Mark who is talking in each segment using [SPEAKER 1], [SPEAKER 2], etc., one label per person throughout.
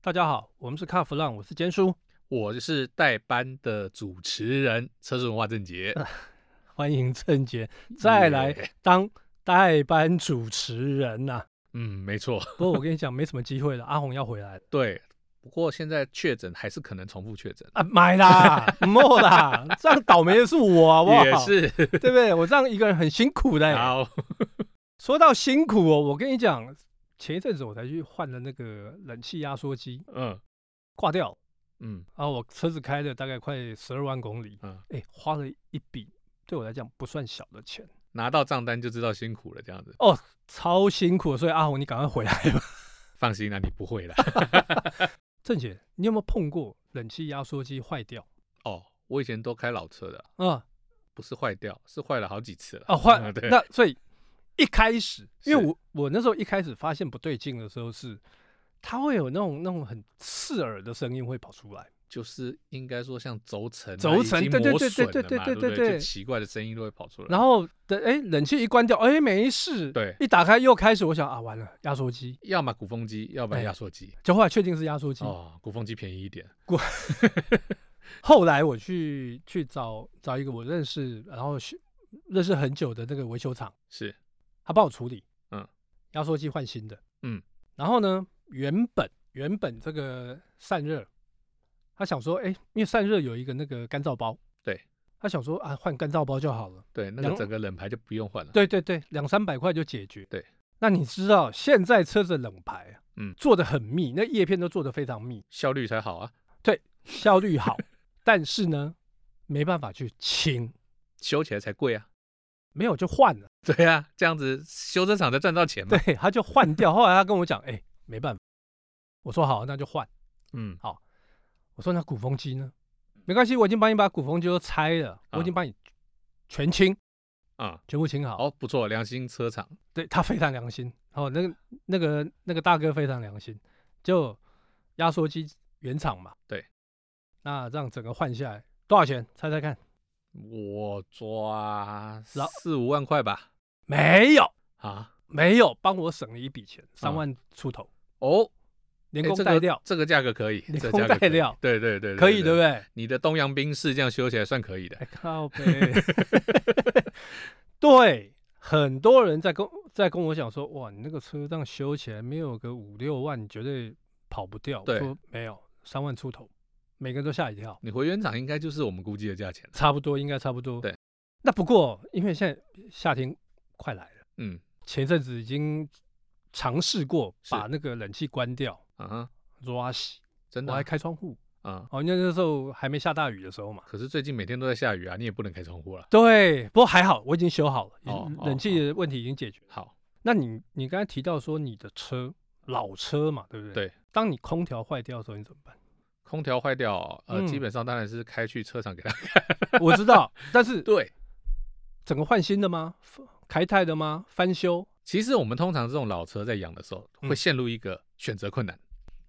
[SPEAKER 1] 大家好，我们是卡弗浪，我是坚叔，
[SPEAKER 2] 我是代班的主持人车是文化正杰，
[SPEAKER 1] 啊欢迎郑 杰再来
[SPEAKER 2] 耶
[SPEAKER 1] 当代班主持人呐、
[SPEAKER 2] 嗯，没错，
[SPEAKER 1] 不过我跟你讲，没什么机 会了，阿红要回来了
[SPEAKER 2] 对。不过现在确诊还是可能重复确诊，
[SPEAKER 1] 啊，买 啦，莫啦，这样倒霉的是我好不哎好？
[SPEAKER 2] 也，是。
[SPEAKER 1] 对不对？我这样一个人很辛苦的、欸
[SPEAKER 2] 好，
[SPEAKER 1] 说到辛苦哦，我跟你讲，前一阵子我才去换了那个冷气压缩机，
[SPEAKER 2] 嗯
[SPEAKER 1] 挂掉，
[SPEAKER 2] 嗯
[SPEAKER 1] 然后我车子开了大概快十二万公里，
[SPEAKER 2] 嗯，
[SPEAKER 1] 哎，花了一笔对我来讲不算小的钱，
[SPEAKER 2] 拿到账单就知道辛苦了，这样子。
[SPEAKER 1] 超辛苦的。所以阿红，你赶快回来吧。
[SPEAKER 2] 放心啦、你不会啦。
[SPEAKER 1] 郑姐，你有没有碰过冷气压缩机坏掉？
[SPEAKER 2] 哦，我以前都开老车的，
[SPEAKER 1] 啊
[SPEAKER 2] 不是坏掉，是坏了好几次了。
[SPEAKER 1] 啊坏
[SPEAKER 2] 嗯对，
[SPEAKER 1] 那所以一开始，因为
[SPEAKER 2] 是
[SPEAKER 1] 我我那时候一开始发现不对劲的时候是，它会有那种那种很刺耳的声音会跑出来。
[SPEAKER 2] 就是应该说像轴承啊、
[SPEAKER 1] 轴承
[SPEAKER 2] 已经
[SPEAKER 1] 对对
[SPEAKER 2] 磨
[SPEAKER 1] 对对
[SPEAKER 2] 损
[SPEAKER 1] 对
[SPEAKER 2] 了
[SPEAKER 1] 对
[SPEAKER 2] 嘛
[SPEAKER 1] 对
[SPEAKER 2] 对
[SPEAKER 1] 对
[SPEAKER 2] 不
[SPEAKER 1] 对
[SPEAKER 2] 就奇怪的声音都会跑出来。
[SPEAKER 1] 然后的哎，冷气一关掉，哎没事。
[SPEAKER 2] 对
[SPEAKER 1] 一打开又开始，我想啊完了，压缩机。
[SPEAKER 2] 要么鼓风机，要么
[SPEAKER 1] 哎
[SPEAKER 2] 压缩机。
[SPEAKER 1] 就后来确定是压缩机。
[SPEAKER 2] 哦，鼓风机便宜一点。
[SPEAKER 1] 后来我去去找找一个我认识，然后是认识很久的那个维修厂，
[SPEAKER 2] 是，
[SPEAKER 1] 他帮我处理，
[SPEAKER 2] 嗯，
[SPEAKER 1] 压缩机换新的，
[SPEAKER 2] 嗯，
[SPEAKER 1] 然后呢，原本原本这个散热，他想说，哎，因为散热有一个那个干燥包，
[SPEAKER 2] 对，
[SPEAKER 1] 他想说啊，换干燥包就好了，
[SPEAKER 2] 对，那个
[SPEAKER 1] 两
[SPEAKER 2] 整个冷牌就不用换了。
[SPEAKER 1] 对对对，两三百块就解决，
[SPEAKER 2] 对。
[SPEAKER 1] 那你知道现在车子冷排，
[SPEAKER 2] 嗯
[SPEAKER 1] 做的很密，那叶片都做的非常密，
[SPEAKER 2] 效率才好啊。
[SPEAKER 1] 效率 好，但是呢，没办法去清，
[SPEAKER 2] 修起来才贵啊。
[SPEAKER 1] 没有就换了。
[SPEAKER 2] 对啊，这样子修车厂才赚到钱嘛。
[SPEAKER 1] 对，他就换掉。后来他跟我讲，哎、没办法，我说好，那就换。
[SPEAKER 2] 嗯，
[SPEAKER 1] 我说那鼓风机呢？没关系，我已经帮你把鼓风机都拆了，我已经
[SPEAKER 2] 啊
[SPEAKER 1] 帮你全清
[SPEAKER 2] 啊
[SPEAKER 1] 全部清好。
[SPEAKER 2] 哦，不错，良心车厂。
[SPEAKER 1] 对他非常良心，哦，那个那个那个大哥非常良心，就压缩机原厂嘛。
[SPEAKER 2] 对，
[SPEAKER 1] 那这样整个换下来多少钱？猜猜看？
[SPEAKER 2] 我抓
[SPEAKER 1] 老
[SPEAKER 2] 四五万块吧。
[SPEAKER 1] 没有，
[SPEAKER 2] 啊，
[SPEAKER 1] 没有，帮我省了一笔钱，三
[SPEAKER 2] 啊
[SPEAKER 1] 万出头，
[SPEAKER 2] 哦，
[SPEAKER 1] 连
[SPEAKER 2] 诶
[SPEAKER 1] 工
[SPEAKER 2] 这
[SPEAKER 1] 带
[SPEAKER 2] 个
[SPEAKER 1] 料，
[SPEAKER 2] 这个价格可以，
[SPEAKER 1] 连
[SPEAKER 2] 这
[SPEAKER 1] 工
[SPEAKER 2] 个价格
[SPEAKER 1] 带
[SPEAKER 2] 可以
[SPEAKER 1] 料
[SPEAKER 2] 对对对，
[SPEAKER 1] 可以对不
[SPEAKER 2] 对？
[SPEAKER 1] 对？
[SPEAKER 2] 你的东洋兵士这样修起来算可以的
[SPEAKER 1] 哎， 靠背。对，很多人在跟在跟我讲说，哇，你那个车这样修起来没有个五六万，你绝对跑不掉。我
[SPEAKER 2] 对
[SPEAKER 1] 说没有，三万出头，每个人都吓一跳，
[SPEAKER 2] 你回原厂应该就是我们估计的价钱了。
[SPEAKER 1] 差不多应该差不多。
[SPEAKER 2] 对，
[SPEAKER 1] 那不过因为现在夏天快来了，
[SPEAKER 2] 嗯
[SPEAKER 1] 前阵子已经尝试过
[SPEAKER 2] 是
[SPEAKER 1] 把那个冷气关掉。
[SPEAKER 2] 啊哈，
[SPEAKER 1] 抓洗，
[SPEAKER 2] 真的
[SPEAKER 1] 我还
[SPEAKER 2] 啊
[SPEAKER 1] 开窗户
[SPEAKER 2] 啊。
[SPEAKER 1] 哦，因为那时候还没下大雨的时候嘛。
[SPEAKER 2] 可是最近每天都在下雨啊，你也不能开窗户了。
[SPEAKER 1] 对，不过还好，我已经修好了，已
[SPEAKER 2] 哦
[SPEAKER 1] 经
[SPEAKER 2] 哦
[SPEAKER 1] 冷气的问题已经解决了。
[SPEAKER 2] 好，
[SPEAKER 1] 那你你刚才提到说你的车老车嘛，对不对？
[SPEAKER 2] 对。
[SPEAKER 1] 当你空调坏掉的时候，你怎么办？
[SPEAKER 2] 空调坏掉，呃，
[SPEAKER 1] 嗯
[SPEAKER 2] 基本上当然是开去车厂给他。
[SPEAKER 1] 我知道，但是
[SPEAKER 2] 对，
[SPEAKER 1] 整个换新的吗？开泰的吗？翻修？
[SPEAKER 2] 其实我们通常这种老车在养的时候，
[SPEAKER 1] 嗯
[SPEAKER 2] 会陷入一个选择困难。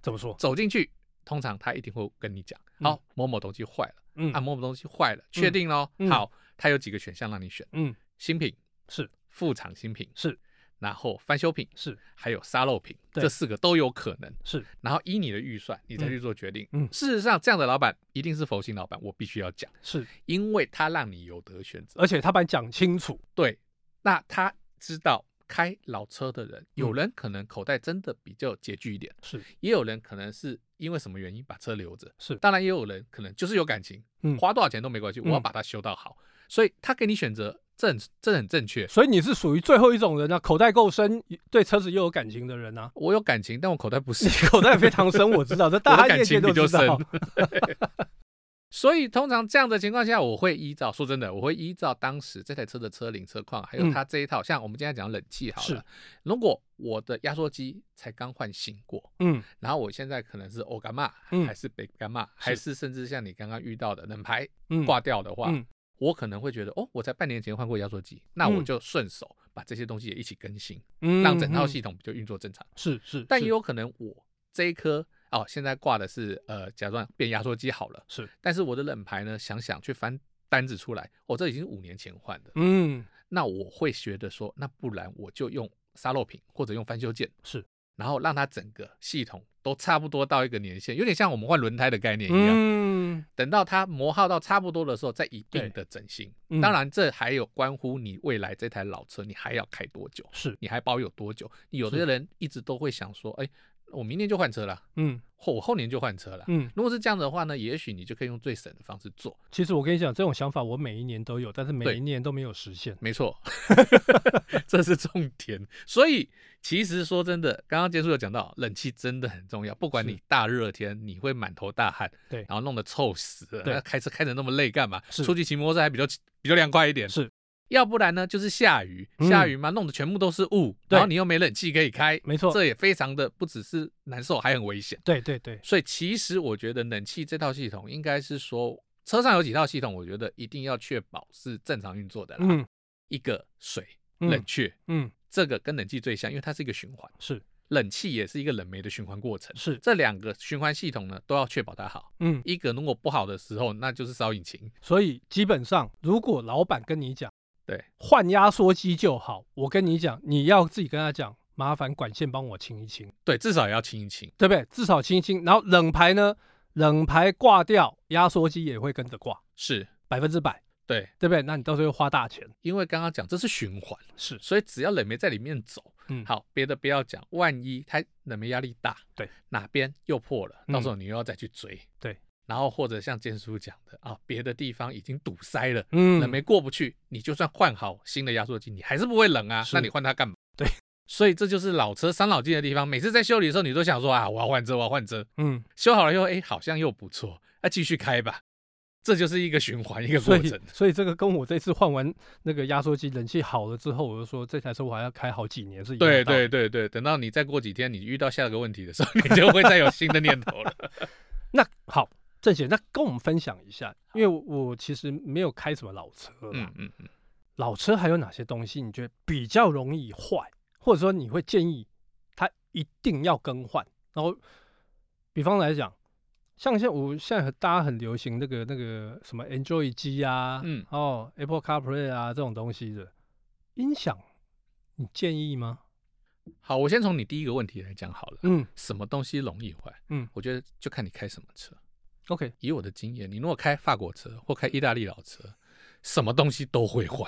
[SPEAKER 1] 怎么说？
[SPEAKER 2] 走进去，通常他一定会跟你讲，
[SPEAKER 1] 嗯
[SPEAKER 2] 好、某某东西坏了，
[SPEAKER 1] 嗯
[SPEAKER 2] 啊，某某东西坏了，确定咯，
[SPEAKER 1] 嗯
[SPEAKER 2] 好，他有几个选项让你选，
[SPEAKER 1] 嗯，
[SPEAKER 2] 新品
[SPEAKER 1] 是
[SPEAKER 2] 副厂新品
[SPEAKER 1] 是，
[SPEAKER 2] 然后翻修品
[SPEAKER 1] 是
[SPEAKER 2] 还有沙漏品，
[SPEAKER 1] 对
[SPEAKER 2] 这四个都有可能。
[SPEAKER 1] 是，
[SPEAKER 2] 然后依你的预算，你再去做决定。
[SPEAKER 1] 嗯
[SPEAKER 2] 事实上，这样的老板一定是佛心老板，我必须要讲，
[SPEAKER 1] 是，
[SPEAKER 2] 因为他让你有得选择。
[SPEAKER 1] 而且他把你讲清楚，
[SPEAKER 2] 对，那他知道开老车的人，有
[SPEAKER 1] 嗯
[SPEAKER 2] 人可能口袋真的比较拮据一点。
[SPEAKER 1] 是
[SPEAKER 2] 也有人可能是因为什么原因把车留着，
[SPEAKER 1] 是
[SPEAKER 2] 当然也有人可能就是有感情，
[SPEAKER 1] 嗯
[SPEAKER 2] 花多少钱都没关系，我要
[SPEAKER 1] 嗯
[SPEAKER 2] 把它修到好，所以他给你选择，这很这很正确。
[SPEAKER 1] 所以你是属于最后一种人啊，口袋够深，对车子又有感情的人啊。
[SPEAKER 2] 我有感情，但我口袋不是
[SPEAKER 1] 你，口袋非常深，我知道，这
[SPEAKER 2] 我
[SPEAKER 1] 大家
[SPEAKER 2] 的
[SPEAKER 1] 业
[SPEAKER 2] 感
[SPEAKER 1] 界
[SPEAKER 2] 情
[SPEAKER 1] 都
[SPEAKER 2] 比较
[SPEAKER 1] 知
[SPEAKER 2] 深。
[SPEAKER 1] 道。
[SPEAKER 2] 对 所以通常这样的情况下，我会依照说真的，我会依照当时这台车的车龄、车况，还
[SPEAKER 1] 嗯
[SPEAKER 2] 有它这一套，像我们今天讲冷气好
[SPEAKER 1] 是
[SPEAKER 2] 了，如果我的压缩机才刚换新过，
[SPEAKER 1] 嗯
[SPEAKER 2] 然后我现在可能是欧干嘛，
[SPEAKER 1] 嗯
[SPEAKER 2] 还是北干嘛，还是甚至像你刚刚遇到的冷牌
[SPEAKER 1] 嗯，
[SPEAKER 2] 挂掉的话，
[SPEAKER 1] 嗯
[SPEAKER 2] 我可能会觉得哦，我在半年前换过压缩机，那我
[SPEAKER 1] 嗯
[SPEAKER 2] 就顺手把这些东西也一起更新，
[SPEAKER 1] 嗯
[SPEAKER 2] 让整套
[SPEAKER 1] 嗯
[SPEAKER 2] 系统比较运作正常。
[SPEAKER 1] 是是，
[SPEAKER 2] 但也
[SPEAKER 1] 是
[SPEAKER 2] 有可能我这一颗哦，现在挂的是呃，假装变压缩机好了，
[SPEAKER 1] 是
[SPEAKER 2] 但是我的冷牌呢，想想去翻单子出来，我、哦、这已经是五年前换的，
[SPEAKER 1] 嗯
[SPEAKER 2] 那我会觉得说，那不然我就用沙漏品或者用翻修件，
[SPEAKER 1] 是
[SPEAKER 2] 然后让它整个系统都差不多到一个年限，有点像我们换轮胎的概念一样。
[SPEAKER 1] 嗯，
[SPEAKER 2] 等到它磨耗到差不多的时候，再一并的整新。
[SPEAKER 1] 嗯
[SPEAKER 2] 当然，这还有关乎你未来这台老车你还要开多久，
[SPEAKER 1] 是，
[SPEAKER 2] 你还保有多久。有
[SPEAKER 1] 是
[SPEAKER 2] 的人一直都会想说，哎，我明年就换车了，
[SPEAKER 1] 嗯
[SPEAKER 2] 或我后年就换车了。
[SPEAKER 1] 嗯。
[SPEAKER 2] 如果是这样的话呢，也许你就可以用最省的方式做。
[SPEAKER 1] 其实我跟你讲，这种想法我每一年都有，但是每
[SPEAKER 2] 对
[SPEAKER 1] 一年都没有实现。
[SPEAKER 2] 没错， 这是重点。所以其实说真的，刚刚结束有讲到，冷气真的很重要。不管
[SPEAKER 1] 是
[SPEAKER 2] 你大热天，你会满头大汗，
[SPEAKER 1] 对
[SPEAKER 2] 然后弄得臭死了。
[SPEAKER 1] 对
[SPEAKER 2] 那开车开得那么累干嘛？
[SPEAKER 1] 是
[SPEAKER 2] 出去骑摩托车还比较比较凉快一点。
[SPEAKER 1] 是，
[SPEAKER 2] 要不然呢就是下雨，
[SPEAKER 1] 嗯
[SPEAKER 2] 下雨嘛，弄得全部都是雾，
[SPEAKER 1] 对
[SPEAKER 2] 然后你又没冷气可以开，
[SPEAKER 1] 没错
[SPEAKER 2] 这也非常的不只是难受，还很危险。
[SPEAKER 1] 对对对，
[SPEAKER 2] 所以其实我觉得冷气这套系统应该是说，车上有几套系统，我觉得一定要确保是正常运作的啦。
[SPEAKER 1] 嗯
[SPEAKER 2] 一个水
[SPEAKER 1] 嗯
[SPEAKER 2] 冷却，
[SPEAKER 1] 嗯，
[SPEAKER 2] 这个跟冷气最像，因为它是一个循环，
[SPEAKER 1] 是
[SPEAKER 2] 冷气也是一个冷媒的循环过程。
[SPEAKER 1] 是，
[SPEAKER 2] 这两个循环系统呢，都要确保它好。
[SPEAKER 1] 嗯，
[SPEAKER 2] 一个如果不好的时候，那就是烧引擎。
[SPEAKER 1] 所以基本上，如果老板跟你讲
[SPEAKER 2] 对，
[SPEAKER 1] 换压缩机就好，我跟你讲，你要自己跟他讲，麻烦管线帮我清一清，
[SPEAKER 2] 对，至少也要清一清。
[SPEAKER 1] 对不对？至少清一清。然后冷排呢，冷排挂掉，压缩机也会跟着挂，
[SPEAKER 2] 是，
[SPEAKER 1] 百分之百，
[SPEAKER 2] 对，
[SPEAKER 1] 对不对？那你到时候花大钱。
[SPEAKER 2] 因为刚刚讲这是循环，
[SPEAKER 1] 是，
[SPEAKER 2] 所以只要冷媒在里面走，
[SPEAKER 1] 嗯，，
[SPEAKER 2] 好，别的不要讲，万一它冷媒压力大，
[SPEAKER 1] 对，
[SPEAKER 2] 哪边又破了，
[SPEAKER 1] 嗯
[SPEAKER 2] 到时候你又要再去追。
[SPEAKER 1] 对，
[SPEAKER 2] 然后或者像建叔讲的啊，别的地方已经堵塞了，
[SPEAKER 1] 嗯，
[SPEAKER 2] 冷媒过不去，你就算换好新的压缩机，你还是不会冷啊。
[SPEAKER 1] 是
[SPEAKER 2] 那你换它干嘛？
[SPEAKER 1] 对，
[SPEAKER 2] 所以这就是老车伤脑筋的地方。每次在修理的时候，你都想说啊，我要换车，我要换车。
[SPEAKER 1] 嗯，
[SPEAKER 2] 修好了以后，哎，好像又不错，那、继续开吧。这就是一个循环，一个
[SPEAKER 1] 所
[SPEAKER 2] 过
[SPEAKER 1] 以
[SPEAKER 2] 程。
[SPEAKER 1] 所以这个跟我这次换完那个压缩机，冷气好了之后，我就说这台车我还要开好几年是一样
[SPEAKER 2] 对
[SPEAKER 1] 的道理
[SPEAKER 2] 对对对，等到你再过几天，你遇到下一个问题的时候，你就会再有新的念 头了。
[SPEAKER 1] 那好，郑姐，那跟我们分享一下，因为我我其实没有开什么老车啦，
[SPEAKER 2] 嗯嗯嗯，
[SPEAKER 1] 老车还有哪些东西你觉得比较容易坏，或者说你会建议它一定要更换？然后，比方来讲，像现在我现在很大家很流行那个那个什么 Enjoy 机啊，
[SPEAKER 2] 嗯
[SPEAKER 1] 哦 Apple CarPlay 啊这种东西的音响，你建议吗？
[SPEAKER 2] 好，我先从你第一个问题来讲好了。
[SPEAKER 1] 嗯
[SPEAKER 2] 什么东西容易坏？
[SPEAKER 1] 嗯
[SPEAKER 2] 我觉得就看你开什么车。
[SPEAKER 1] ，OK，
[SPEAKER 2] 以我的经验，你如果开法国车或开意大利老车，什么东西都会坏，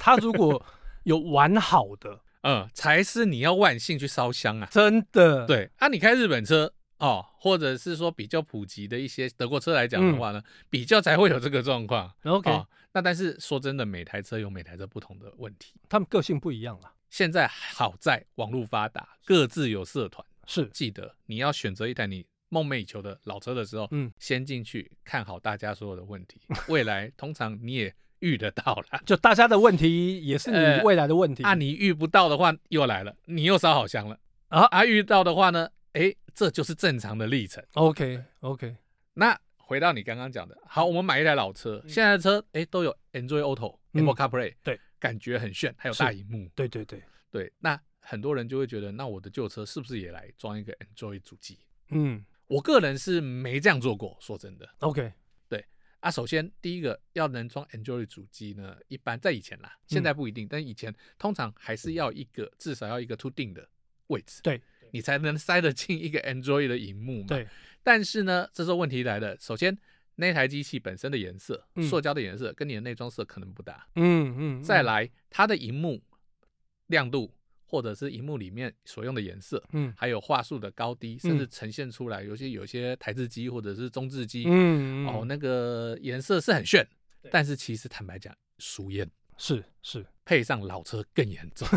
[SPEAKER 1] 它如果有完好的，
[SPEAKER 2] 嗯，才是你要万幸去烧香啊。
[SPEAKER 1] 真的，，
[SPEAKER 2] 对，啊，你开日本车哦，或者是说比较普及的一些德国车来讲的话呢，比较才会有这个状况。
[SPEAKER 1] 嗯 OK，、
[SPEAKER 2] 哦，那但是说真的，每台车有每台车不同的问题。
[SPEAKER 1] 他们个性不一样啦，
[SPEAKER 2] 现在好在网络发达，各自有社团，
[SPEAKER 1] 是
[SPEAKER 2] 记得你要选择一台你梦寐以求的老车的时候，
[SPEAKER 1] 嗯，
[SPEAKER 2] 先进去看好大家所有的问题，未来通常你也遇得到啦。
[SPEAKER 1] 就大家的问题也是
[SPEAKER 2] 呃
[SPEAKER 1] 你未来的问题。
[SPEAKER 2] 啊，你遇不到的话又来了，你又烧好香了
[SPEAKER 1] 啊
[SPEAKER 2] 啊！遇到的话呢，诶，这就是正常的历程。
[SPEAKER 1] OK OK，
[SPEAKER 2] 那回到你刚刚讲的，好，我们买一台老车，现在的车诶都有 Android Auto、
[SPEAKER 1] 嗯
[SPEAKER 2] Apple CarPlay，
[SPEAKER 1] 对，
[SPEAKER 2] 感觉很炫，还有大荧幕，
[SPEAKER 1] 对对对，
[SPEAKER 2] 对。那很多人就会觉得，那我的旧车是不是也来装一个 Android 主机？
[SPEAKER 1] 嗯
[SPEAKER 2] 我个人是没这样做过，说真的
[SPEAKER 1] OK，
[SPEAKER 2] 啊。首先，第一个要能装 Android 主机呢，一般在以前啦，现
[SPEAKER 1] 嗯
[SPEAKER 2] 在不一定，但以前通常还是要一个至少要一个 to 定的位置，
[SPEAKER 1] 对
[SPEAKER 2] 你才能塞得进 一个 Android 的荧幕嘛。
[SPEAKER 1] 对，
[SPEAKER 2] 但是呢，这时候问题来了。首先，那台机器本身的颜色，
[SPEAKER 1] 嗯
[SPEAKER 2] 塑胶的颜色跟你的内装色可能不搭。
[SPEAKER 1] 嗯嗯，
[SPEAKER 2] 再
[SPEAKER 1] 嗯，
[SPEAKER 2] 来，它的荧幕亮度，或者是荧幕里面所用的颜色，
[SPEAKER 1] 嗯
[SPEAKER 2] 还有话术的高低，甚至呈现出来，尤其有些台式机或者是中置机，
[SPEAKER 1] 嗯嗯
[SPEAKER 2] 哦，那个颜色是很炫
[SPEAKER 1] 对，
[SPEAKER 2] 但是其实坦白讲，俗艳。
[SPEAKER 1] 是是
[SPEAKER 2] 配上老车更严 重，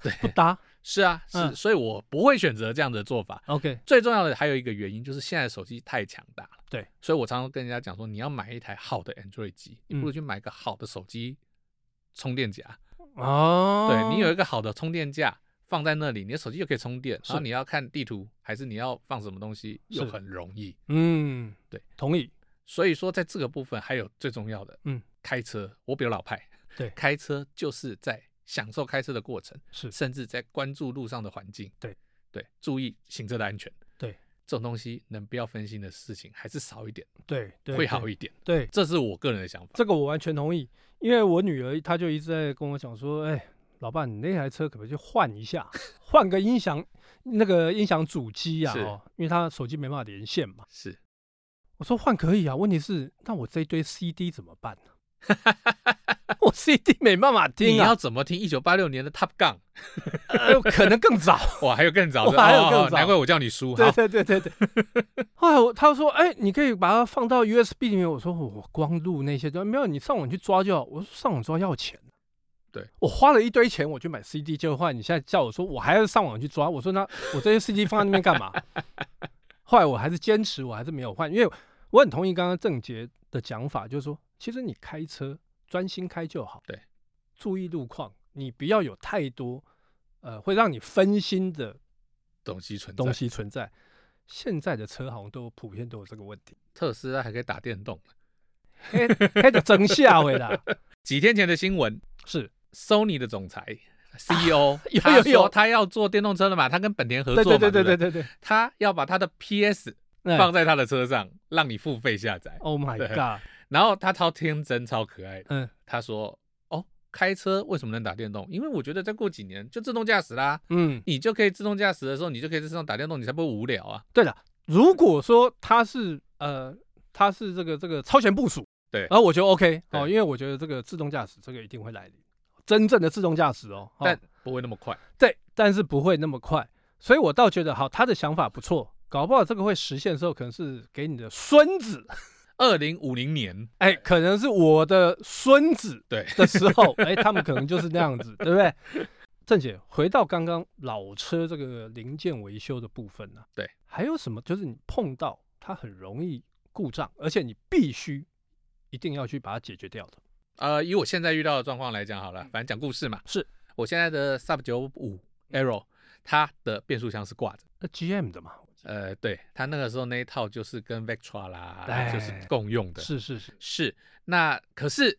[SPEAKER 2] 对，
[SPEAKER 1] 不搭
[SPEAKER 2] 是啊，是，
[SPEAKER 1] 嗯
[SPEAKER 2] 所以我不会选择这样的做法。
[SPEAKER 1] OK，
[SPEAKER 2] 最重要的还有一个原因就是现在手机太强大了，
[SPEAKER 1] 对，
[SPEAKER 2] 所以我常常跟人家讲说，你要买一台好的 Android 机，你
[SPEAKER 1] 嗯
[SPEAKER 2] 不如去买个好的手机充电夹，
[SPEAKER 1] 哦，
[SPEAKER 2] 对你有一个好的充电架放在那里，你的手机就可以充电，
[SPEAKER 1] 是
[SPEAKER 2] 然后你要看地图还是你要放什么东西
[SPEAKER 1] 是
[SPEAKER 2] 又很容易，
[SPEAKER 1] 嗯
[SPEAKER 2] 对，
[SPEAKER 1] 同意
[SPEAKER 2] 所以说在这个部分还有最重要的，
[SPEAKER 1] 嗯，
[SPEAKER 2] 开车我比较老派，
[SPEAKER 1] 对
[SPEAKER 2] 开车就是在享受开车的过程，
[SPEAKER 1] 是
[SPEAKER 2] 甚至在关注路上的环境。
[SPEAKER 1] 对
[SPEAKER 2] 对，注意行车的安全。
[SPEAKER 1] 对，
[SPEAKER 2] 这种东西能不要分心的事情还是少一点，
[SPEAKER 1] 对对
[SPEAKER 2] 会好一点。
[SPEAKER 1] 对，对
[SPEAKER 2] 这是我个人的想法。
[SPEAKER 1] 这个我完全同意，因为我女儿她就一直在跟我讲说，哎，老爸，你那台车可不可以去换一下， 换个音响那个音响主机啊、
[SPEAKER 2] 是
[SPEAKER 1] 哦，因为他手机没办法连线嘛。
[SPEAKER 2] 是，
[SPEAKER 1] 我说换可以啊，问题是那我这一堆 CD 怎么办呢、 我 CD 没办法
[SPEAKER 2] 你
[SPEAKER 1] 听啊
[SPEAKER 2] 要，怎么听一九八六年的 Top Gun？
[SPEAKER 1] 呃可能更早。
[SPEAKER 2] 哇，还有更早的，
[SPEAKER 1] 哇还有更
[SPEAKER 2] 哦哦
[SPEAKER 1] 早
[SPEAKER 2] 难怪我叫你叔。
[SPEAKER 1] 对
[SPEAKER 2] 好，
[SPEAKER 1] 对对 对对。后来我他说，哎、你可以把它放到 USB 里面。我说我光录那些，就没有你上网去抓就好。我说上网抓要钱。
[SPEAKER 2] 对，
[SPEAKER 1] 我花了一堆钱，我去买 CD 就换。你现在叫我说我还要上网去抓，我说那我这些 CD 放在那边干 嘛？后来我还是坚持，我还是没有换，因为我很同意刚刚郑杰的讲法，就是说，其实你开车专心开就好，
[SPEAKER 2] 对，
[SPEAKER 1] 注意路况，你不要有太多呃会让你分心的
[SPEAKER 2] 东西存在
[SPEAKER 1] 东，西存在。现在的车好像都普遍都有这个问题，
[SPEAKER 2] 特斯拉还可以打电动。
[SPEAKER 1] 还得真下回啦。
[SPEAKER 2] 几天前的新闻
[SPEAKER 1] 是，
[SPEAKER 2] ，Sony 的总裁 CEO
[SPEAKER 1] 有
[SPEAKER 2] 他
[SPEAKER 1] 有
[SPEAKER 2] 说
[SPEAKER 1] 有
[SPEAKER 2] 他要做电动车了嘛，他跟本田合
[SPEAKER 1] 对
[SPEAKER 2] 作嘛，
[SPEAKER 1] 对对对
[SPEAKER 2] 对不
[SPEAKER 1] 对对对。
[SPEAKER 2] 他要把他的 PS
[SPEAKER 1] 哎
[SPEAKER 2] 放在他的车上，让你付费下载。
[SPEAKER 1] Oh my
[SPEAKER 2] 对
[SPEAKER 1] god！
[SPEAKER 2] 然后他超天真、超可爱的，
[SPEAKER 1] 嗯
[SPEAKER 2] 他说：“哦，开车为什么能打电动？因为我觉得再过几年就自动驾驶啦，
[SPEAKER 1] 嗯，
[SPEAKER 2] 你就可以自动驾驶的时候，你就可以在车上打电动，你才不会无聊啊。
[SPEAKER 1] 对了，如果说他是呃，他是这个这个超前部署，
[SPEAKER 2] 对
[SPEAKER 1] 然后我觉得 OK 哦，
[SPEAKER 2] 对
[SPEAKER 1] 因为我觉得这个自动驾驶这个一定会来临，真正的自动驾驶哦，哦
[SPEAKER 2] 但不会那么快。
[SPEAKER 1] 对，但是不会那么快，所以我倒觉得好，他的想法不错，搞不好这个会实现的时候，可能是给你的孙子，
[SPEAKER 2] 二零五零年，
[SPEAKER 1] 哎，可能是我的孙子
[SPEAKER 2] 对，
[SPEAKER 1] 的时候，哎，他们可能就是那样子，对不对？郑姐，回到刚刚老车这个零件维修的部分呢、
[SPEAKER 2] 对，
[SPEAKER 1] 还有什么？就是你碰到它很容易故障，而且你必须一定要去把它解决掉的。
[SPEAKER 2] 呃，以我现在遇到的状况来讲好了，反正讲故事嘛。
[SPEAKER 1] 嗯是嗯
[SPEAKER 2] 我现在的 Sub 九五 Arrow，它的变速箱是挂着。”
[SPEAKER 1] 那 GM 的嘛，
[SPEAKER 2] 呃，对，它那个时候那一套就是跟 Vectra 啦，
[SPEAKER 1] 哎
[SPEAKER 2] 就是共用的。
[SPEAKER 1] 是是是，
[SPEAKER 2] 是，那可是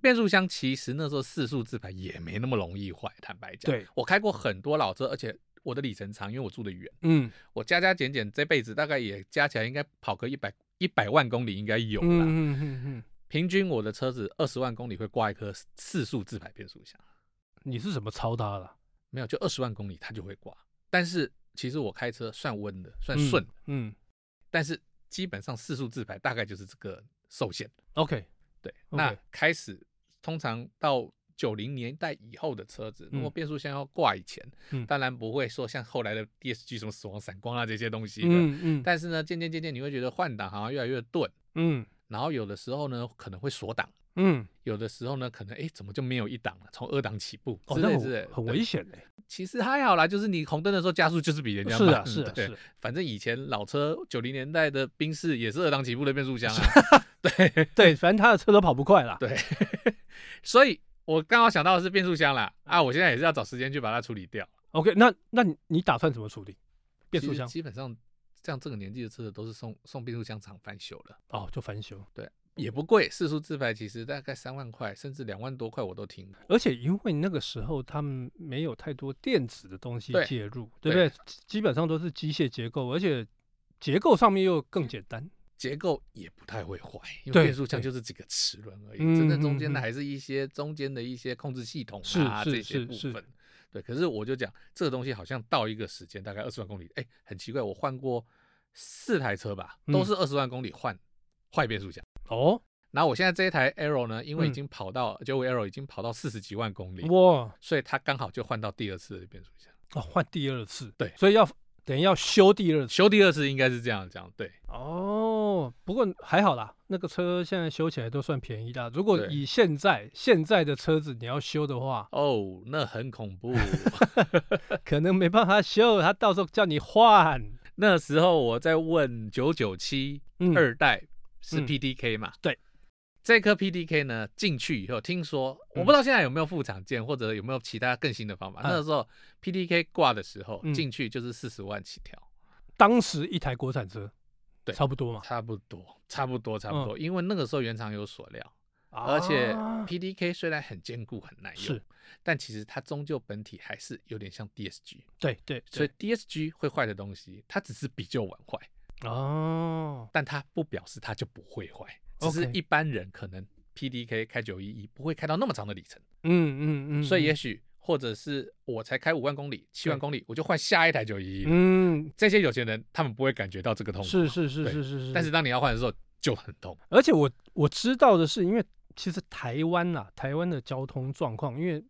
[SPEAKER 2] 变速箱其实那时候四速自排也没那么容易坏，坦白讲。
[SPEAKER 1] 对，
[SPEAKER 2] 我开过很多老车，而且我的里程长，因为我住的远，
[SPEAKER 1] 嗯
[SPEAKER 2] 我加加减减这辈子大概也加起来应该跑个一百一百万公里应该有
[SPEAKER 1] 嗯
[SPEAKER 2] 啦。
[SPEAKER 1] 嗯嗯嗯，
[SPEAKER 2] 平均我的车子二十万公里会挂一颗四速自排变速箱，
[SPEAKER 1] 你是怎么抄它的？
[SPEAKER 2] 没有就二十万公里它就会挂。但是其实我开车算温的，算顺的，
[SPEAKER 1] 嗯，嗯
[SPEAKER 2] 但是基本上四速自排大概就是这个受限。
[SPEAKER 1] ，OK，
[SPEAKER 2] 对
[SPEAKER 1] OK
[SPEAKER 2] 那开始通常到九零年代以后的车子，如果
[SPEAKER 1] 嗯
[SPEAKER 2] 变速箱要挂以前，
[SPEAKER 1] 嗯
[SPEAKER 2] 当然不会说像后来的 DSG 什么死亡闪光啊这些东西的。
[SPEAKER 1] 嗯嗯，
[SPEAKER 2] 但是呢，渐渐渐渐你会觉得换挡好像越来越钝，
[SPEAKER 1] 嗯
[SPEAKER 2] 然后有的时候呢可能会锁档，
[SPEAKER 1] 嗯，
[SPEAKER 2] 有的时候呢可能哎怎么就没有一档了，从二档起步
[SPEAKER 1] 哦，
[SPEAKER 2] 之
[SPEAKER 1] 那
[SPEAKER 2] 类
[SPEAKER 1] 很
[SPEAKER 2] 之类的，
[SPEAKER 1] 很
[SPEAKER 2] 对
[SPEAKER 1] 危险哎，
[SPEAKER 2] 其实还好啦，就是你红灯的时候加速就是比人家
[SPEAKER 1] 是
[SPEAKER 2] 慢
[SPEAKER 1] 啊是啊
[SPEAKER 2] 对
[SPEAKER 1] 是啊
[SPEAKER 2] 反正以前老车九零年代的宾士也是二档起步的变速箱啊，对
[SPEAKER 1] 对，反正他的车都跑不快啦。
[SPEAKER 2] 对，所以我刚好想到的是变速箱啦，啊，我现在也是要找时间去把它处理掉。
[SPEAKER 1] OK，那那你你打算怎么处理？变速
[SPEAKER 2] 其实
[SPEAKER 1] 箱
[SPEAKER 2] 基本上像这个年纪的车子都是送送变速箱厂翻修了，
[SPEAKER 1] 哦，就翻修，
[SPEAKER 2] 也不贵，四速自排其实大概三万块甚至两万多块我都听过。
[SPEAKER 1] 而且因为那个时候他们没有太多电子的东西
[SPEAKER 2] 对
[SPEAKER 1] 介入，对
[SPEAKER 2] 对
[SPEAKER 1] 不对？基基本上都是机械结构，而且结构上面又更简单。
[SPEAKER 2] 结构也不太会坏，因为
[SPEAKER 1] 对
[SPEAKER 2] 变速箱
[SPEAKER 1] 对
[SPEAKER 2] 就是几个齿轮而已，
[SPEAKER 1] 嗯
[SPEAKER 2] 真正中间的
[SPEAKER 1] 嗯嗯
[SPEAKER 2] 还是一些中间的一些控制系统
[SPEAKER 1] 是
[SPEAKER 2] 啊
[SPEAKER 1] 是
[SPEAKER 2] 这些
[SPEAKER 1] 是
[SPEAKER 2] 部
[SPEAKER 1] 是
[SPEAKER 2] 分。对，可是我就讲这个东西好像到一个时间，大概二十万公里，哎，很奇怪，我换过四台车吧，都
[SPEAKER 1] 嗯
[SPEAKER 2] 是二十万公里换坏变速箱。
[SPEAKER 1] 哦，
[SPEAKER 2] 然后我现在这一台 Arrow 呢，因为已
[SPEAKER 1] 嗯
[SPEAKER 2] 经跑到九五 Arrow 已经跑到四十几万公里，
[SPEAKER 1] 哇，
[SPEAKER 2] 所以它刚好就换到第二次的变速箱，
[SPEAKER 1] 哦，换第二次，
[SPEAKER 2] 对
[SPEAKER 1] 所以要等于要修第二次。
[SPEAKER 2] 修第二次应该是这样讲，对，
[SPEAKER 1] 哦，不过还好啦，那个车现在修起来都算便宜的啊。如果
[SPEAKER 2] 对
[SPEAKER 1] 以现在现在的车子你要修的话，
[SPEAKER 2] 哦，那很恐怖。
[SPEAKER 1] 可能没办法修，他到时候叫你换。
[SPEAKER 2] 那时候我在问九九七
[SPEAKER 1] 嗯，
[SPEAKER 2] 二代是
[SPEAKER 1] 嗯
[SPEAKER 2] PDK 嘛？
[SPEAKER 1] 对，
[SPEAKER 2] 这颗 PDK 呢进去以后，听说我
[SPEAKER 1] 嗯
[SPEAKER 2] 不知道现在有没有副厂件，或者有没有其他更新的方法。
[SPEAKER 1] 嗯
[SPEAKER 2] 那时候 PDK 挂的时候
[SPEAKER 1] 嗯
[SPEAKER 2] 进去就是四十万起跳，
[SPEAKER 1] 当时一台国产车，
[SPEAKER 2] 对
[SPEAKER 1] 差不多嘛。
[SPEAKER 2] 差不多，差不多，差不多，因为那个时候原厂有锁料。而且
[SPEAKER 1] 啊
[SPEAKER 2] PDK 虽然很坚固很耐用，
[SPEAKER 1] 是，
[SPEAKER 2] 但其实它终究本体还是有点像 DSG，
[SPEAKER 1] 对对，
[SPEAKER 2] 所
[SPEAKER 1] 对
[SPEAKER 2] 以 DSG 会坏的东西，它只是比较晚坏，
[SPEAKER 1] 哦，
[SPEAKER 2] 但它不表示它就不会坏，只
[SPEAKER 1] OK
[SPEAKER 2] 是一般人可能 PDK 开九一一不会开到那么长的里程，
[SPEAKER 1] 嗯嗯嗯，
[SPEAKER 2] 所以
[SPEAKER 1] 嗯
[SPEAKER 2] 也许或者是我才开五万公里、七万
[SPEAKER 1] 对
[SPEAKER 2] 公里，我就换下一台九一一。
[SPEAKER 1] 嗯，
[SPEAKER 2] 这些有钱人他们不会感觉到这个痛苦，啊
[SPEAKER 1] 是是是
[SPEAKER 2] 对
[SPEAKER 1] 是是是。
[SPEAKER 2] 但是当你要换的时候就很痛。
[SPEAKER 1] 而且我我知道的是，因为其实台湾啊，台湾的交通状况，因为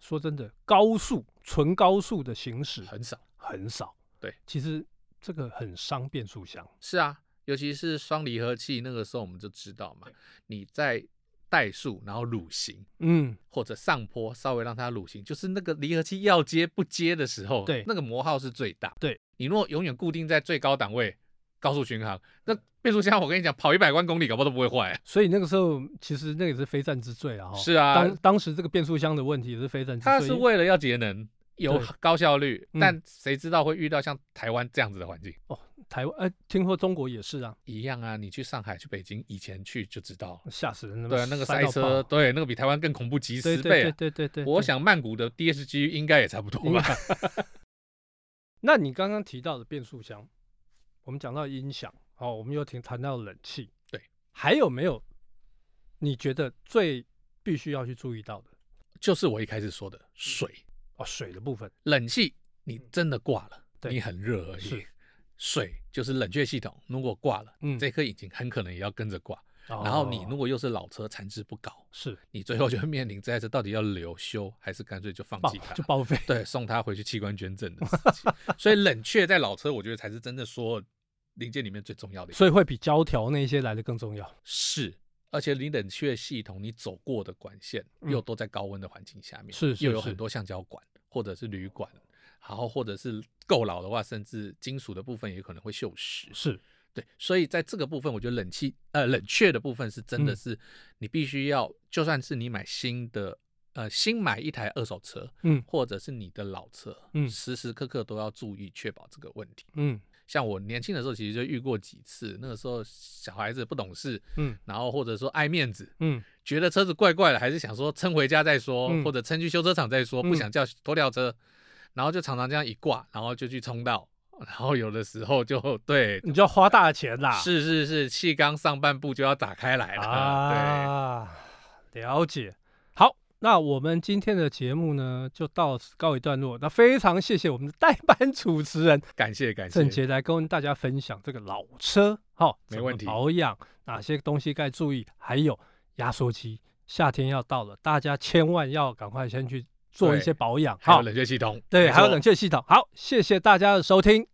[SPEAKER 1] 说真的，高速纯高速的行驶
[SPEAKER 2] 很少。
[SPEAKER 1] 很少。
[SPEAKER 2] 对，
[SPEAKER 1] 其实这个很伤变速箱。
[SPEAKER 2] 是啊，尤其是双离合器，那个时候我们就知道嘛，你在怠速，然后蠕行
[SPEAKER 1] 嗯，
[SPEAKER 2] 或者上坡，稍微让它蠕行，就是那个离合器要接不接的时候，
[SPEAKER 1] 对
[SPEAKER 2] 那个磨耗是最大。
[SPEAKER 1] 对，
[SPEAKER 2] 你如果永远固定在最高档位。高速巡航，那变速箱我跟你讲，跑一百万公里，搞不好都不会坏。
[SPEAKER 1] 所以那个时候其实那个也是非战之罪啊。哈
[SPEAKER 2] 是啊
[SPEAKER 1] 当当时这个变速箱的问题也是非战之罪。
[SPEAKER 2] 它是为了要节能，有
[SPEAKER 1] 对
[SPEAKER 2] 高效率，
[SPEAKER 1] 嗯
[SPEAKER 2] 但谁知道会遇到像台湾这样子的环境？
[SPEAKER 1] 台湾，呃，听说中国也是啊，
[SPEAKER 2] 一样啊，你去上海、去北京，以前去就知道了。
[SPEAKER 1] 吓死人了。
[SPEAKER 2] 对啊，那个
[SPEAKER 1] 塞
[SPEAKER 2] 塞
[SPEAKER 1] 到爆，
[SPEAKER 2] 车，对，那个比台湾更恐怖几
[SPEAKER 1] 对
[SPEAKER 2] 十倍、啊。
[SPEAKER 1] 对对对对对。
[SPEAKER 2] 我
[SPEAKER 1] 对
[SPEAKER 2] 想曼谷的 DSG 应该也差不多吧。
[SPEAKER 1] 那你刚刚提到的变速箱，我们讲到音响，哦，我们又听谈到冷气，
[SPEAKER 2] 对，
[SPEAKER 1] 还有没有你觉得最必须要去注意到的？
[SPEAKER 2] 就是我一开始说的水，
[SPEAKER 1] 哦，水的部分，
[SPEAKER 2] 冷气你真的挂了，
[SPEAKER 1] 嗯对
[SPEAKER 2] 你很热而已
[SPEAKER 1] 是。
[SPEAKER 2] 水就是冷却系统，如果挂了，
[SPEAKER 1] 嗯哦
[SPEAKER 2] 这颗引擎很可能也要跟着挂。
[SPEAKER 1] 然
[SPEAKER 2] 然后你如果又是老车，残值不高，
[SPEAKER 1] 是
[SPEAKER 2] 你最后就会面临这台车到底要留修还是干脆就放
[SPEAKER 1] 报
[SPEAKER 2] 弃它
[SPEAKER 1] 就， 报废，
[SPEAKER 2] 对，送它回去器官捐赠的事情。所以冷却在老车，我觉得才是真的说零件里面最重要的一
[SPEAKER 1] 所以会比胶条那些来的更重要。
[SPEAKER 2] 是，而且你冷却系统你走过的管线
[SPEAKER 1] 嗯
[SPEAKER 2] 又都在高温的环境下面，
[SPEAKER 1] 是是
[SPEAKER 2] 又有
[SPEAKER 1] 是
[SPEAKER 2] 很多橡胶管或者是铝管，然后或者是够老的话，甚至金属的部分也可能会锈蚀。
[SPEAKER 1] 是，
[SPEAKER 2] 对，所以在这个部分，我觉得冷气呃冷却的部分是真的
[SPEAKER 1] 嗯
[SPEAKER 2] 是你必须要，就算是你买新的呃新买一台二手车，
[SPEAKER 1] 嗯
[SPEAKER 2] 或者是你的老车，
[SPEAKER 1] 嗯
[SPEAKER 2] 时时刻刻都要注意确保这个问题。
[SPEAKER 1] 嗯
[SPEAKER 2] 像我年轻的时候，其实就遇过几次，那个时候小孩子不懂事，
[SPEAKER 1] 嗯
[SPEAKER 2] 然后或者说爱面子，
[SPEAKER 1] 嗯，
[SPEAKER 2] 觉得车子怪怪的，还是想说撑回家再说，
[SPEAKER 1] 嗯
[SPEAKER 2] 或者撑去修车厂再说，
[SPEAKER 1] 嗯
[SPEAKER 2] 不想叫拖吊车，然后就常常这样一挂，然后就去冲道，然后有的时候就对，
[SPEAKER 1] 你就要花大钱啦。
[SPEAKER 2] 是是是，气缸上半部就要打开来了，对，
[SPEAKER 1] 啊，了解。好，那我们今天的节目呢，就到此告一段落。那非常谢谢我们的代班主持 人
[SPEAKER 2] 感谢感
[SPEAKER 1] 郑
[SPEAKER 2] 谢，
[SPEAKER 1] 杰来跟大家分享这个老车，哈，
[SPEAKER 2] 没
[SPEAKER 1] 怎么
[SPEAKER 2] 问题
[SPEAKER 1] 保养哪些东西该注意，还有压缩机，夏天要到了，大家千万要赶快先去做一
[SPEAKER 2] 对
[SPEAKER 1] 些保养，
[SPEAKER 2] 还
[SPEAKER 1] 哈
[SPEAKER 2] 有，冷却系统，
[SPEAKER 1] 对，
[SPEAKER 2] 没
[SPEAKER 1] 还有
[SPEAKER 2] 错
[SPEAKER 1] 冷却系统。好，谢谢大家的收听，